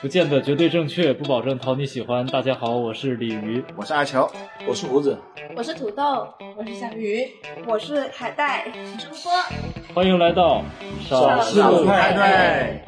不见得绝对正确，不保证讨你喜欢。大家好，我是鲤鱼，我是阿乔，我是胡子，我是土豆，我是小鱼，我是海带，我是胡波。欢迎来到少数派对。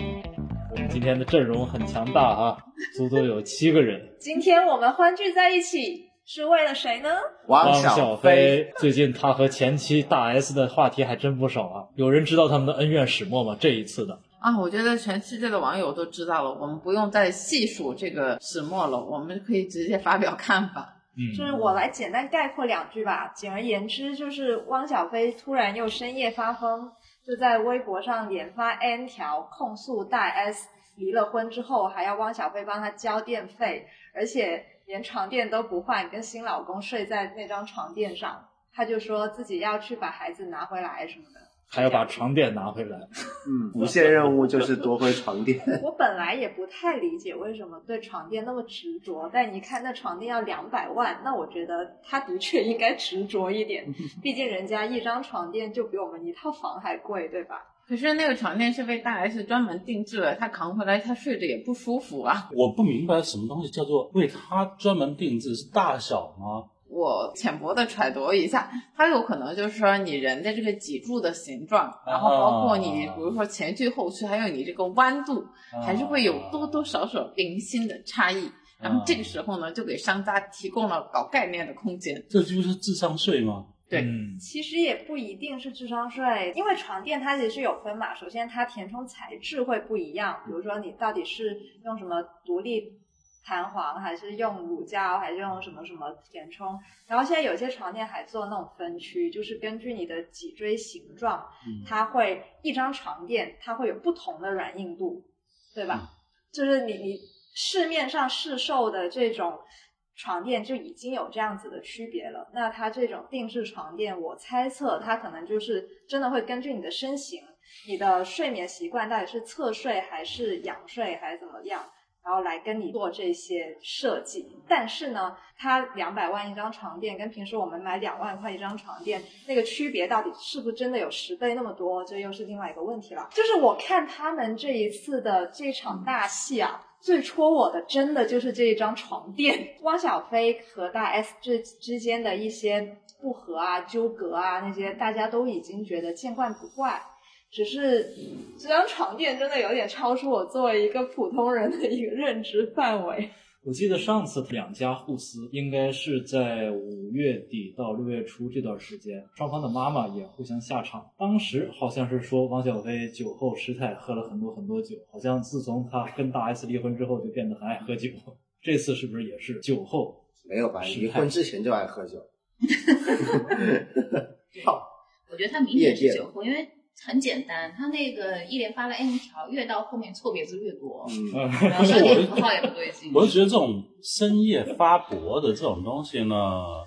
我们今天的阵容很强大哈、啊，足足有七个人。今天我们欢聚在一起是为了谁呢？汪小菲。最近他和前妻大 S 的话题还真不少啊。有人知道他们的恩怨始末吗？这一次的。啊，我觉得全世界的网友都知道了，我们不用再细数这个始末了，我们可以直接发表看法。嗯，就是我来简单概括两句吧。简而言之，就是汪小菲突然又深夜发疯，就在微博上连发 N 条控诉大 S 离了婚之后还要汪小菲帮他交电费，而且连床垫都不换，跟新老公睡在那张床垫上，他就说自己要去把孩子拿回来什么的。还要把床垫拿回来。嗯，无限任务就是夺回床垫。我本来也不太理解为什么对床垫那么执着，但一看那床垫要两百万，那我觉得他的确应该执着一点，毕竟人家一张床垫就比我们一套房还贵，对吧？可是那个床垫是为大 S 专门定制的，他扛回来他睡着也不舒服啊。我不明白什么东西叫做为他专门定制，是大小吗？我浅薄的揣度一下，它有可能就是说你人的这个脊柱的形状，然后包括你比如说前屈后屈，还有你这个弯度，啊还是会有多多少少零星的差异。然后这个时候呢，就给商家提供了搞概念的空间。这就是智商税吗？对，嗯、其实也不一定是智商税，因为床垫它也是有分嘛。首先它填充材质会不一样，比如说你到底是用什么独立。弹簧还是用乳胶，还是用什么什么填充？然后现在有些床垫还做那种分区，就是根据你的脊椎形状，它会一张床垫它会有不同的软硬度，对吧？就是你你市面上市售的这种床垫就已经有这样子的区别了。那它这种定制床垫，我猜测它可能就是真的会根据你的身形、你的睡眠习惯到底是侧睡还是仰睡还是怎么样。然后来跟你做这些设计，但是呢，它两百万一张床垫跟平时我们买两万块一张床垫那个区别到底是不是真的有十倍那么多，这又是另外一个问题了。就是我看他们这一次的这场大戏啊，最戳我的真的就是这一张床垫。汪小菲和大 S 这之间的一些不和啊、纠葛啊那些，大家都已经觉得见怪不怪。只是这张床垫真的有点超出我作为一个普通人的一个认知范围。我记得上次两家互撕，应该是在五月底到六月初这段时间，双方的妈妈也互相下场。当时好像是说汪小菲酒后失态，喝了很多很多酒，好像自从他跟大 S 离婚之后就变得很爱喝酒。这次是不是也是酒后？没有吧，离婚之前就爱喝酒。好我觉得他明显是酒后，因为。很简单，他那个一连发了 N 条，越到后面错别字越多，嗯， 然后标点符号也不对嗯劲。我就觉得这种深夜发博的这种东西呢，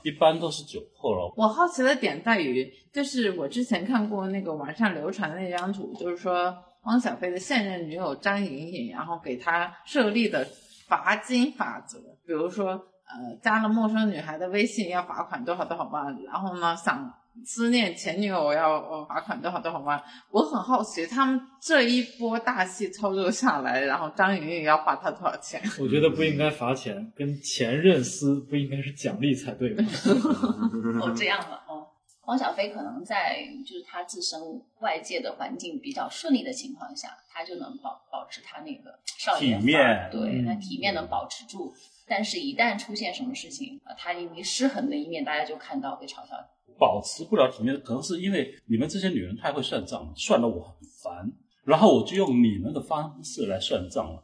一般都是酒后了。我好奇的点在于，就是我之前看过那个网上流传的那张图，就是说汪小菲的现任女友张莹莹，然后给他设立的罚金法则，比如说呃加了陌生女孩的微信要罚款多少多少万，然后呢想。思念前女友要呃罚款多少多少万？我很好奇，他们这一波大戏操作下来，然后张云也要罚他多少钱？我觉得不应该罚钱，跟前任撕不应该是奖励才对吧？嗯哦，这样吧，哦，汪小菲可能在就是他自身外界的环境比较顺利的情况下，他就能保保持他那个少体年面，嗯对，那体面能保持住。但是，一旦出现什么事情，啊，他因为失衡的一面，大家就看到被嘲笑。保持不了体面，可能是因为你们这些女人太会算账了，算的我很烦，然后我就用你们的方式来算账了，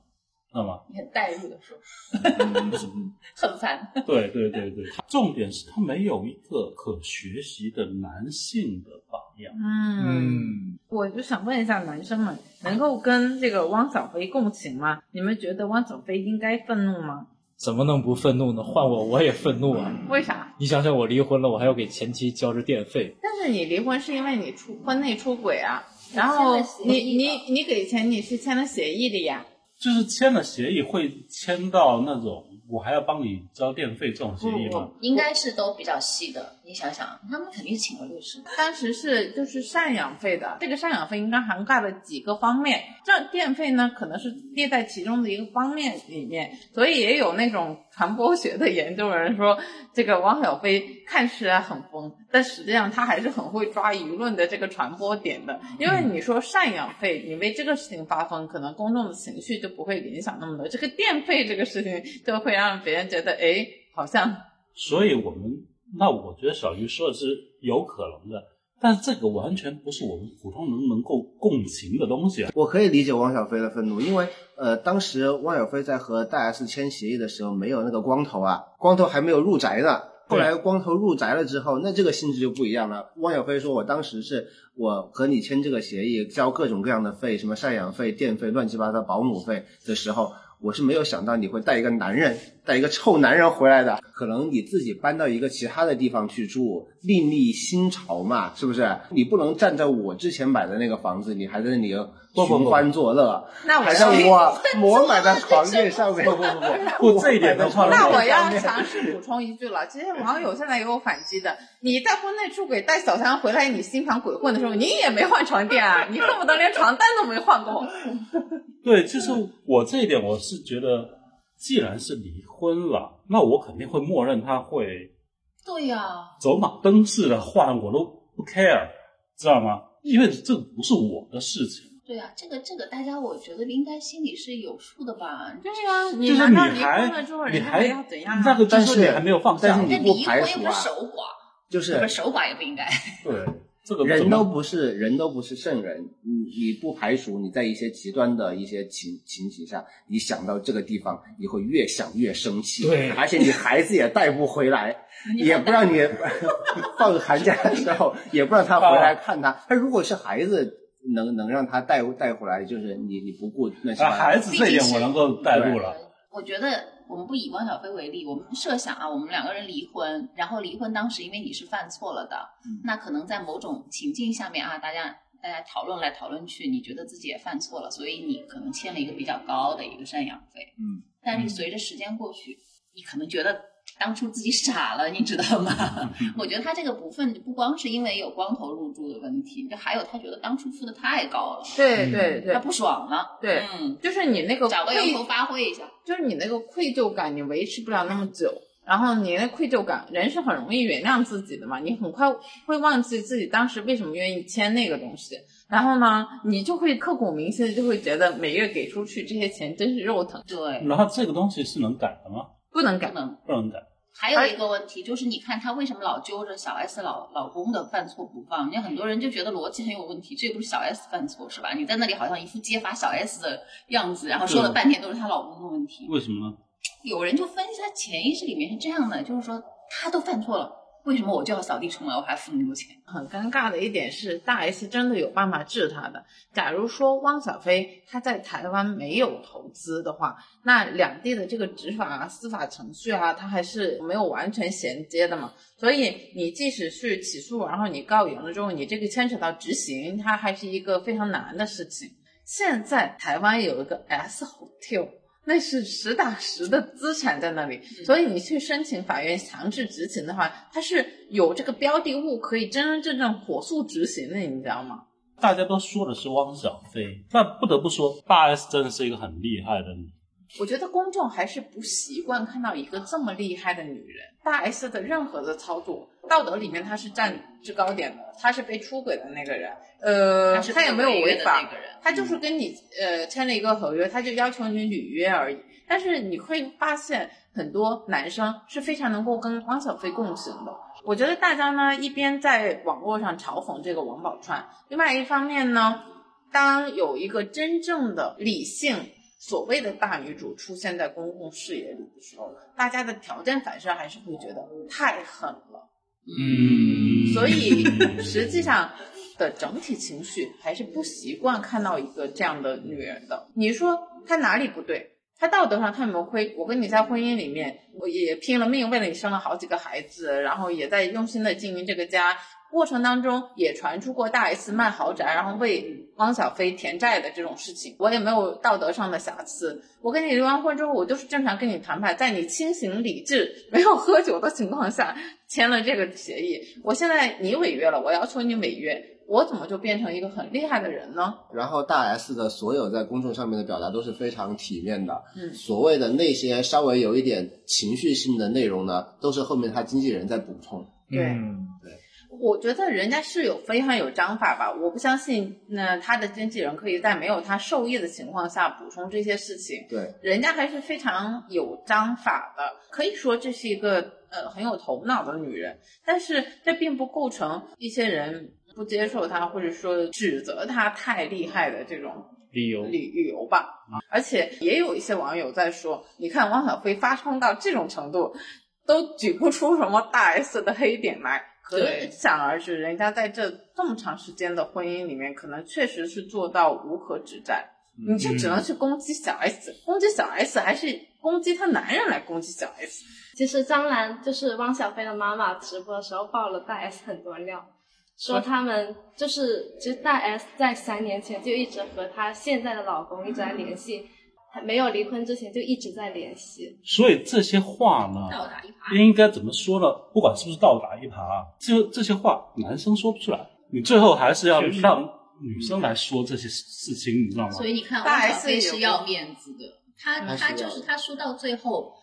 知道吗？ 你很代入的说，嗯 很烦。对对对对，重点是他没有一个可学习的男性的榜样。嗯，我就想问一下男生们，能够跟这个汪小菲共情吗？你们觉得汪小菲应该愤怒吗？怎么能不愤怒呢？换我我也愤怒啊！为啥？你想想，我离婚了，我还要给前妻交着电费，但是你离婚是因为你出婚内出轨啊，然后你你你给钱你是签了协议的呀。就是签了协议会签到那种我还要帮你交电费这种协议吗？嗯应该是都比较细的，你想想，他们肯定是请了律师，当时是就是赡养费的，这个赡养费应该涵盖了几个方面，这电费呢可能是列在其中的一个方面里面，所以也有那种传播学的研究人说，这个汪小菲看起来很疯，但实际上他还是很会抓舆论的这个传播点的，因为你说赡养费，你为这个事情发疯，可能公众的情绪就不会联想那么多，这个电费这个事情就会让别人觉得，哎，好像。所以我们那我觉得小鱼说的是有可能的，但这个完全不是我们普通人能够共情的东西啊。我可以理解汪小菲的愤怒，因为呃，当时汪小菲在和大 S 签协议的时候，没有那个光头啊，光头还没有入宅呢。后来光头入宅了之后，那这个性质就不一样了。汪小菲说：“我当时是我和你签这个协议，交各种各样的费，什么赡养费、电费、乱七八糟保姆费的时候，我是没有想到你会带一个男人，带一个臭男人回来的。可能你自己搬到一个其他的地方去住，另立新潮嘛，是不是？你不能站在我之前买的那个房子，你还在那里不不不寻欢作乐，那还我在要我我买的床垫上面。不不不不，不这一点的话，那我要尝试补充一句了，其实网友现在也有反击的。你在婚内出轨带小三回来，你新盘鬼混的时候，你也没换床垫啊，你恨不得连床单都没换过。对，就是嗯我这一点，我是觉得，既然是离婚了，那我肯定会默认他会对呀、走马灯似的换，我都不 care，知道吗？因为这不是我的事情。对呀、这个这个大家我觉得应该心里是有数的吧？对呀、就你是难道离你还婚了之后，你人家还还要怎样啊？那个就但是你是还没有放下，但是那你不离婚排又除不是啊守寡，就是不是守寡也不应该。对这个人真的都不是人都不是圣人，你你不排除你在一些极端的一些情情形下，你想到这个地方，你会越想越生气，对而且你孩子也带不回 来，你也不让你放寒假的时候也不让他回来看他。他如果是孩子能能让他带带回来，就是你你不顾那些啊，孩子这一点我能够带入了。我觉得我们不以汪小菲为例，我们设想啊，我们两个人离婚，然后离婚当时因为你是犯错了的，嗯那可能在某种情境下面啊，大家大家讨论来讨论去，你觉得自己也犯错了，所以你可能欠了一个比较高的一个赡养费。嗯，但是随着时间过去，你可能觉得。当初自己傻了，你知 道吗？我觉得他这个部分不光是因为有光头入住的问题，就还有他觉得当初付的太高了，对对他对不爽了。对，嗯，就是你那个找个由愧头发挥一下。就是你那个愧疚感，你维持不了那么久，然后你那愧疚感，人是很容易原谅自己的嘛，你很快会忘记自己当时为什么愿意签那个东西，然后呢，你就会刻骨铭心的就会觉得每月给出去这些钱真是肉疼，对，然后这个东西是能改的吗？不能不改。能。不能改。还有一个问题就是，你看他为什么老揪着小 S 老老公的犯错不放？人家很多人就觉得逻辑很有问题，这又不是小 S 犯错是吧？你在那里好像一副揭发小 S 的样子，然后说了半天都是她老公的问题。为什么呢？有人就分析他潜意识里面是这样的，就是说他都犯错了，为什么我就要扫地出门，我还付那么多钱？很尴尬的一点是，大 S 真的有办法治他的。假如说汪小菲他在台湾没有投资的话，那两地的这个执法啊、司法程序啊，它还是没有完全衔接的嘛。所以你即使去起诉，然后你告赢了之后，你这个牵扯到执行，它还是一个非常难的事情。现在台湾有一个 S Hotel，那是实打实的资产在那里，嗯所以你去申请法院强制执行的话，它是有这个标的物可以真真正正火速执行的，你知道吗？大家都说的是汪小菲，但不得不说，大 S 真的是一个很厉害的女。我觉得公众还是不习惯看到一个这么厉害的女人。大 S 的任何的操作，道德里面她是占制高点的，她是被出轨的那个人，呃，他是她也没有违法被约的那，个人。他就是跟你呃签了一个合约，他就要求你履约而已。但是你会发现，很多男生是非常能够跟汪小菲共情的。我觉得大家呢，一边在网络上嘲讽这个王宝钏，另外一方面呢，当有一个真正的理性。所谓的大女主出现在公共视野里的时候，大家的条件反射还是会觉得太狠了。嗯所以实际上的整体情绪还是不习惯看到一个这样的女人的。你说她哪里不对？她道德上她有没有亏？我跟你在婚姻里面，我也拼了命为了你生了好几个孩子，然后也在用心的经营这个家。过程当中也传出过大 S 卖豪宅，然后为汪小菲填债的这种事情，我也没有道德上的瑕疵。我跟你离完婚之后，我就是正常跟你谈判，在你清醒理智、 没有喝酒的情况下签了这个协议。我现在你违约了，我要求你违约，我怎么就变成一个很厉害的人呢？然后大 S 的所有在公众上面的表达都是非常体面的，嗯所谓的那些稍微有一点情绪性的内容呢，都是后面他经纪人在补充。对嗯我觉得人家是有非常有章法吧，我不相信，那他的经纪人可以在没有他受益的情况下补充这些事情，对，人家还是非常有章法的，可以说这是一个呃很有头脑的女人，但是这并不构成一些人不接受她或者说指责她太厉害的这种理由理理由吧。而且也有一些网友在说，你看汪小菲发冲到这种程度，都举不出什么大 S 的黑点来。可对想而知，人家在这这么长时间的婚姻里面，可能确实是做到无可指摘。你就只能去攻击小 S，、攻击小 S 还是攻击她男人来攻击小 S？其实张兰就是汪小菲的妈妈直播的时候爆了大 S 很多料，说他们就是其实大 S 在三年前就一直和她现在的老公一直在联系，还没有离婚之前就一直在联系。所以这些话倒呢，打一耙。应该怎么说呢？不管是不是倒打一耙啊，这这些话男生说不出来，你最后还是要确实让女生来说这些事情，你知道吗？所以你看，大汪小 S 菲也有是要面子的，他他他是就要是的他说到最后，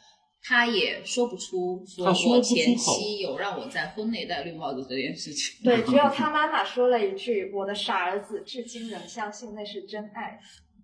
他也说不出说他说我不出前口妻有让我在婚内戴绿帽子这件事 情。 对，只有他妈妈说了一句：“我的傻儿子，至今仍相信那是真爱。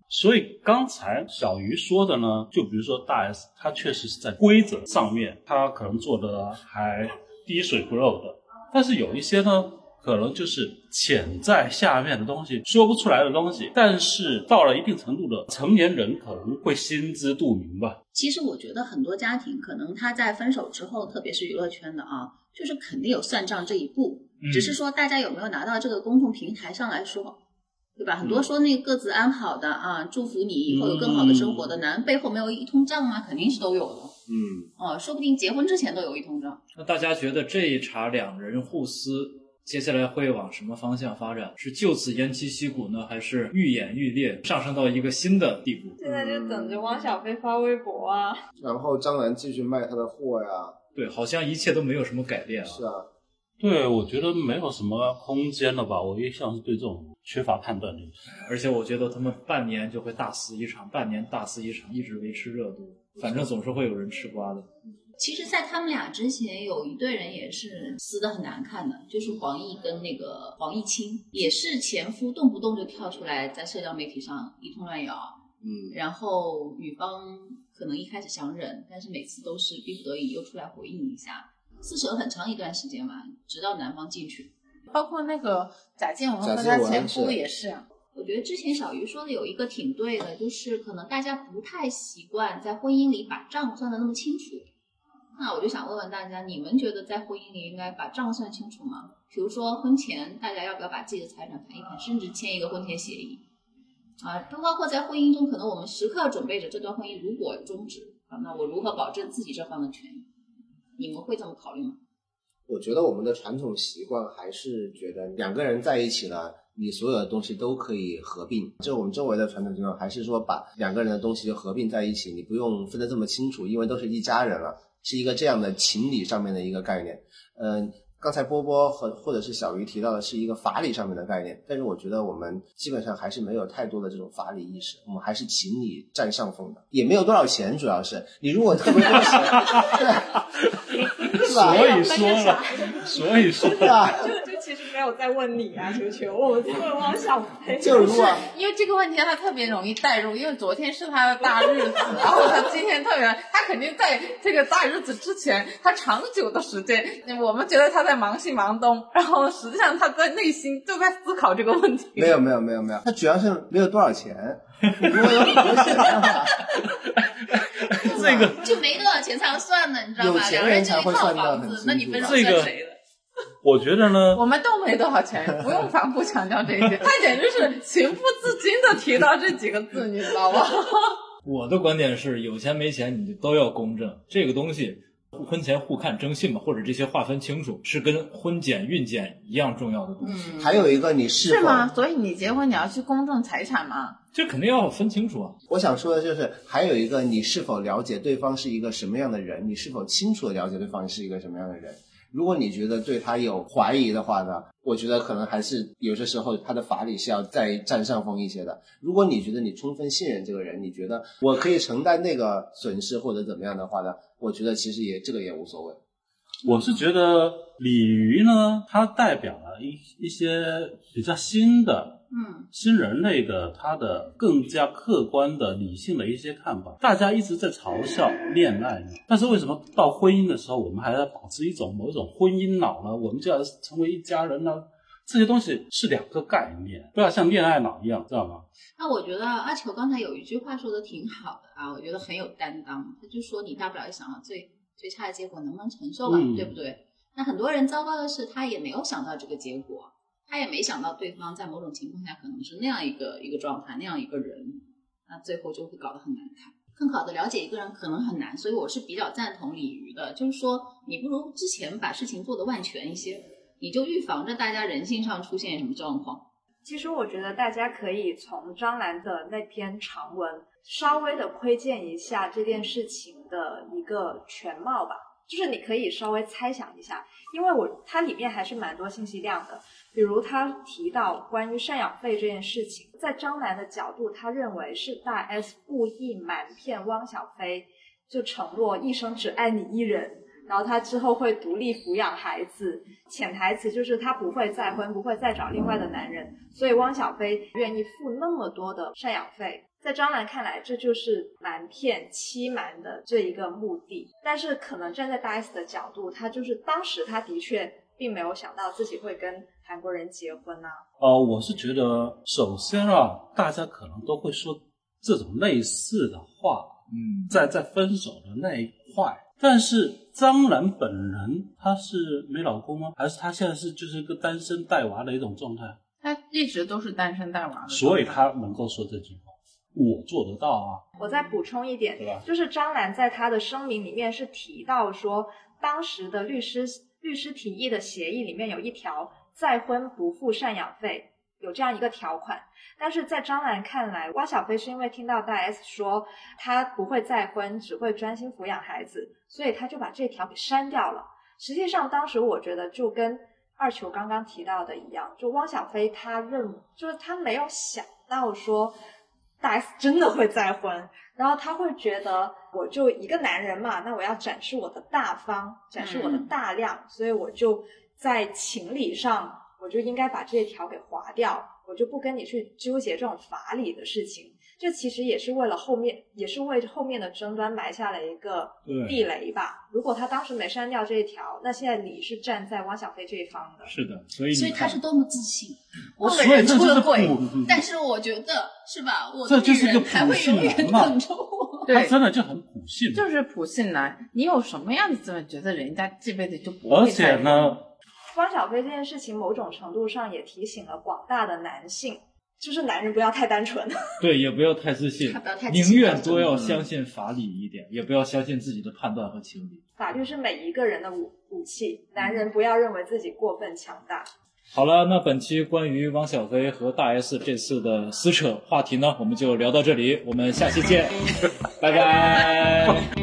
所以刚才小鱼说的呢，就比如说大 S，她确实是在规则上面，她可能做的还滴水不漏的，但是有一些呢，可能就是潜在下面的东西，说不出来的东西，但是到了一定程度的成年人可能会心知肚明吧。其实我觉得很多家庭可能他在分手之后，特别是娱乐圈的啊，就是肯定有算账这一步，嗯只是说大家有没有拿到这个公众平台上来说，对吧？很多说那个各自安好的啊，祝福你以后有更好的生活的男，背后没有一通账吗？肯定是都有的。嗯，哦，说不定结婚之前都有一通账。那大家觉得这一茬两人互撕，接下来会往什么方向发展？是就此偃旗息鼓呢，还是愈演愈烈，上升到一个新的地步”？现在就等着汪小菲发微博 啊！然后张兰继续卖他的货呀，对，好像一切都没有什么改变啊。是啊，对，我觉得没有什么空间了吧。我一向是对这种缺乏判断的人。而且我觉得他们半年就会大撕一场，半年大撕一场，一直维持热度，反正总是会有人吃瓜的。其实，在他们俩之前，有一对人也是撕的很难看的，就是黄奕跟那个黄毅清，也是前夫动不动就跳出来在社交媒体上一通乱咬，嗯，然后女方可能一开始想忍，但是每次都是逼不得已又出来回应一下，撕扯很长一段时间嘛，直到男方进去。包括那个贾静雯和贾静她雯前夫是也是啊。我觉得之前小鱼说的有一个挺对的，就是可能大家不太习惯在婚姻里把账算得那么清楚。那我就想问问大家，你们觉得在婚姻里应该把账算清楚吗？比如说婚前大家要不要把自己的财产盘一盘，甚至签一个婚前协议？啊，都包括在婚姻中，可能我们时刻准备着这段婚姻如果终止啊，那我如何保证自己这方面的权益？你们会这么考虑吗？我觉得我们的传统习惯还是觉得两个人在一起了。你所有的东西都可以合并，就我们周围的传统习惯，还是说把两个人的东西就合并在一起，你不用分得这么清楚，因为都是一家人了，是一个这样的情理上面的一个概念。嗯，刚才波波和或者是小鱼提到的是一个法理上面的概念，但是我觉得我们基本上还是没有太多的这种法理意识，我们还是情理占上风的，也没有多少钱，主要是你如果特别多钱， 对，是吧？所以说了，所以说对啊，就就其实没有在问你啊，球球，我们在问汪小菲。就如果因为这个问题他特别容易带入，因为昨天是他的大日子，然后他今天特别，他肯定在这个大日子之前，他长久的时间，我们觉得他在忙西忙东，然后实际上他在内心就在思考这个问题。没有没有没有没有，他主要是没有多少 钱，如果有很多钱的话，这个就没多少钱才要算呢，你知道有吧？钱两人人就才一会套算得房很子，清那你楚分手吧算这个谁的？我觉得呢，我们都没多少钱，不用反复强调这一点。他简直是情不自禁的提到这几个字，你知道吗？我的观点是，有钱没钱你就都要公正，这个东西婚前互看征信嘛，或者这些划分清楚，是跟婚检、孕检一样重要的东西。嗯，还有一个你是是否吗？所以你结婚你要去公证财产吗？这肯定要分清楚啊。我想说的就是，还有一个，你是否了解对方是一个什么样的人？你是否清楚的了解对方是一个什么样的人？如果你觉得对他有怀疑的话呢，我觉得可能还是有些时候他的法理是要再占上风一些的。如果你觉得你充分信任这个人，你觉得我可以承担那个损失或者怎么样的话呢，我觉得其实也这个也无所谓。我是觉得鲤鱼呢，它代表了一一些比较新的嗯，新人类的他的更加客观的、理性的一些看法。大家一直在嘲笑恋爱脑，但是为什么到婚姻的时候，我们还在保持一种某一种婚姻脑呢？我们就要成为一家人呢？这些东西是两个概念，不要像恋爱脑一样，知道吗？那我觉得阿球刚才有一句话说的挺好的啊，我觉得很有担当。他就说你大不了就想到最最差的结果能不能承受吧，嗯对不对？那很多人糟糕的是，他也没有想到这个结果，他也没想到对方在某种情况下可能是那样一个一个状态，那样一个人，那最后就会搞得很难看。更好的了解一个人可能很难，所以我是比较赞同鲤鱼的，就是说你不如之前把事情做得万全一些，你就预防着大家人性上出现什么状况。其实我觉得大家可以从张兰的那篇长文稍微的窥见一下这件事情的一个全貌吧，就是你可以稍微猜想一下，因为我它里面还是蛮多信息量的。比如他提到关于赡养费这件事情，在张兰的角度，他认为是大 S 故意瞒骗汪小菲，就承诺一生只爱你一人，然后他之后会独立抚养孩子，潜台词就是她不会再婚，不会再找另外的男人，所以汪小菲愿意付那么多的赡养费。在张兰看来，这就是瞒骗、欺瞒的这一个目的。但是，可能站在大 S 的角度，她就是当时她的确并没有想到自己会跟韩国人结婚啊呐、呃，我是觉得，首先啊，大家可能都会说这种类似的话，嗯，在在分手的那一块。但是张兰本人她是没老公吗？还是她现在是就是一个单身带娃的一种状态？他一直都是单身带娃的，所以她能够说这句话，我做得到啊，我再补充一点对吧，就是张兰在她的声明里面是提到说，当时的律师律师提议的协议里面有一条再婚不付赡养费，有这样一个条款。但是在张兰看来，汪小菲是因为听到大 S 说她不会再婚，只会专心抚养孩子，所以他就把这条给删掉了。实际上，当时我觉得就跟二球刚刚提到的一样，就汪小菲他认，就是他没有想到说大 S 真的会再婚，然后他会觉得我就一个男人嘛，那我要展示我的大方，展示我的大量，所以我就在情理上，我就应该把这条给划掉，我就不跟你去纠结这种法理的事情。这其实也是为了后面，也是为后面的争端埋下了一个对地雷吧。如果他当时没删掉这一条，那现在你是站在汪小菲这一方的。是的，所以所以你他看是多么自信，我所本以人这出就是了轨，普，但是我觉得是吧，我嗯这的就是女一个人还会永远普信男嘛等着我。他对，真的就很普信嘛。就是普信男。你有什么样的资本，觉得人家这辈子就不而会且再婚呢，汪小菲这件事情，某种程度上也提醒了广大的男性，就是男人不要太单纯。对，也不要太自信他嗯不要太，自信宁愿多要相信法理一点，也不要相信自己的判断和情理。法律是每一个人的武武器，男人不要认为自己过分强大。好了，那本期关于汪小菲和大 S 这次的 撕扯话题呢，我们就聊到这里，我们下期见，拜拜。